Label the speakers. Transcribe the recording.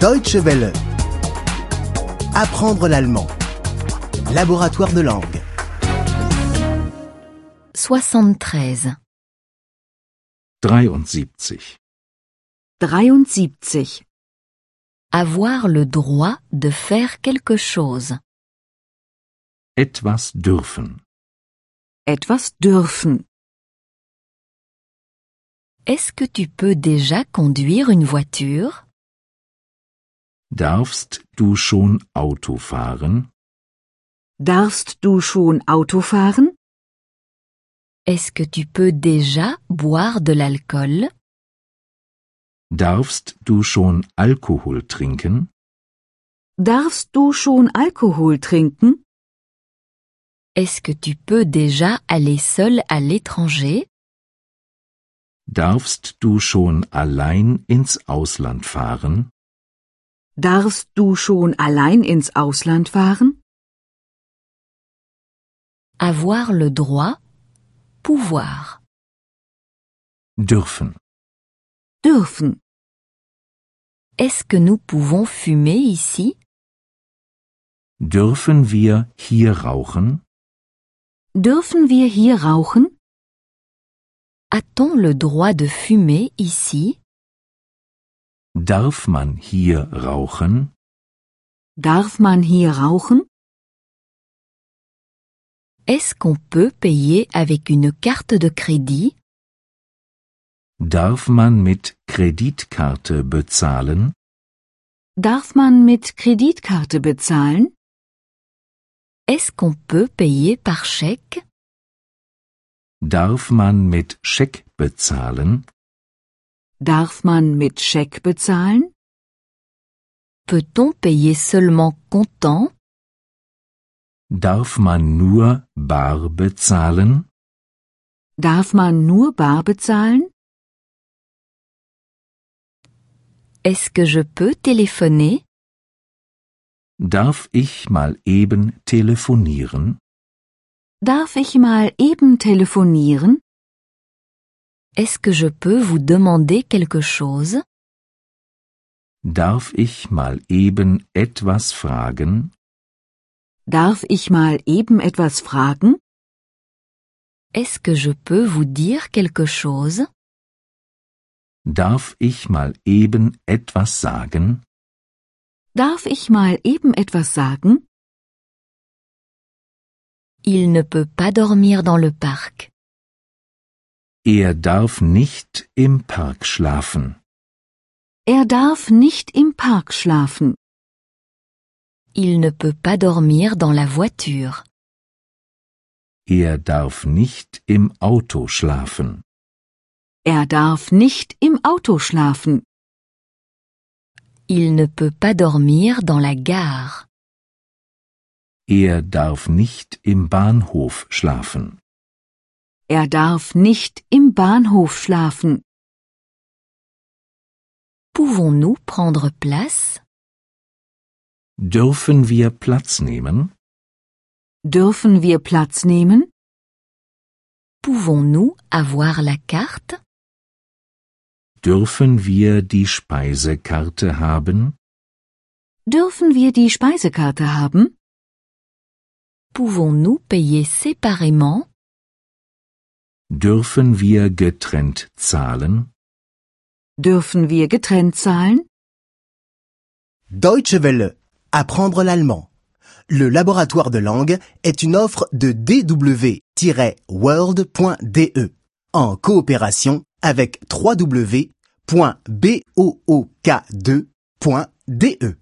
Speaker 1: Deutsche Welle. Apprendre l'allemand. Laboratoire de langue.
Speaker 2: 73.
Speaker 3: 73.
Speaker 4: 73.
Speaker 2: Avoir le droit de faire quelque chose.
Speaker 3: Etwas dürfen.
Speaker 4: Etwas dürfen.
Speaker 2: Est-ce que tu peux déjà conduire une voiture
Speaker 3: Darfst du schon Auto fahren?
Speaker 4: Darfst du schon Auto fahren?
Speaker 2: Est-ce que tu peux déjà boire de l'alcool
Speaker 3: Darfst du schon Alkohol trinken?
Speaker 4: Darfst du schon Alkohol trinken?
Speaker 2: Est-ce que tu peux déjà aller seul à l'étranger
Speaker 3: Darfst du schon allein ins Ausland fahren?
Speaker 4: Darfst du schon allein ins Ausland fahren?
Speaker 2: Avoir le droit. Pouvoir.
Speaker 3: Dürfen.
Speaker 4: Dürfen.
Speaker 2: Est-ce que nous pouvons fumer ici
Speaker 3: Dürfen wir hier rauchen?
Speaker 4: Dürfen wir hier rauchen?
Speaker 2: A-t-on le droit de fumer ici
Speaker 3: Darf man hier rauchen?
Speaker 4: Darf man hier rauchen?
Speaker 2: Est-ce qu'on peut payer avec une carte de crédit
Speaker 3: Darf man mit Kreditkarte bezahlen?
Speaker 4: Darf man mit Kreditkarte bezahlen?
Speaker 2: Est-ce qu'on peut payer par chèque
Speaker 3: Darf man mit Scheck bezahlen?
Speaker 4: Darf man mit Scheck bezahlen?
Speaker 2: Peut-on payer seulement comptant
Speaker 3: Darf man nur bar bezahlen?
Speaker 4: Darf man nur bar bezahlen?
Speaker 2: Est-ce que je peux téléphoner
Speaker 3: Darf ich mal eben telefonieren?
Speaker 4: Darf ich mal eben telefonieren?
Speaker 2: Est-ce que je peux vous demander quelque chose
Speaker 3: Darf ich mal eben etwas fragen?
Speaker 4: Darf ich mal eben etwas fragen?
Speaker 2: Est-ce que je peux vous dire quelque chose
Speaker 3: Darf ich mal eben etwas sagen?
Speaker 4: Darf ich mal eben etwas sagen?
Speaker 2: Il ne peut pas dormir dans le parc.
Speaker 3: Er darf nicht im Park schlafen.
Speaker 4: Er darf nicht im Park schlafen.
Speaker 2: Il ne peut pas dormir dans la voiture.
Speaker 3: Er darf nicht im Auto schlafen.
Speaker 4: Er darf nicht im Auto schlafen.
Speaker 2: Il ne peut pas dormir dans la gare.
Speaker 3: Er darf nicht im Bahnhof schlafen.
Speaker 4: Er darf nicht im Bahnhof schlafen.
Speaker 2: Pouvons-nous prendre place
Speaker 3: Dürfen wir Platz nehmen?
Speaker 4: Dürfen wir Platz nehmen?
Speaker 2: Pouvons-nous avoir la carte
Speaker 3: Dürfen wir die Speisekarte haben?
Speaker 4: Dürfen wir die Speisekarte haben?
Speaker 2: Pouvons-nous payer séparément
Speaker 3: Dürfen wir getrennt zahlen?
Speaker 4: Dürfen wir getrennt zahlen?
Speaker 1: Deutsche Welle. Apprendre l'allemand. Le laboratoire de langue est une offre de dw-world.de E. en coopération avec www.book2.de.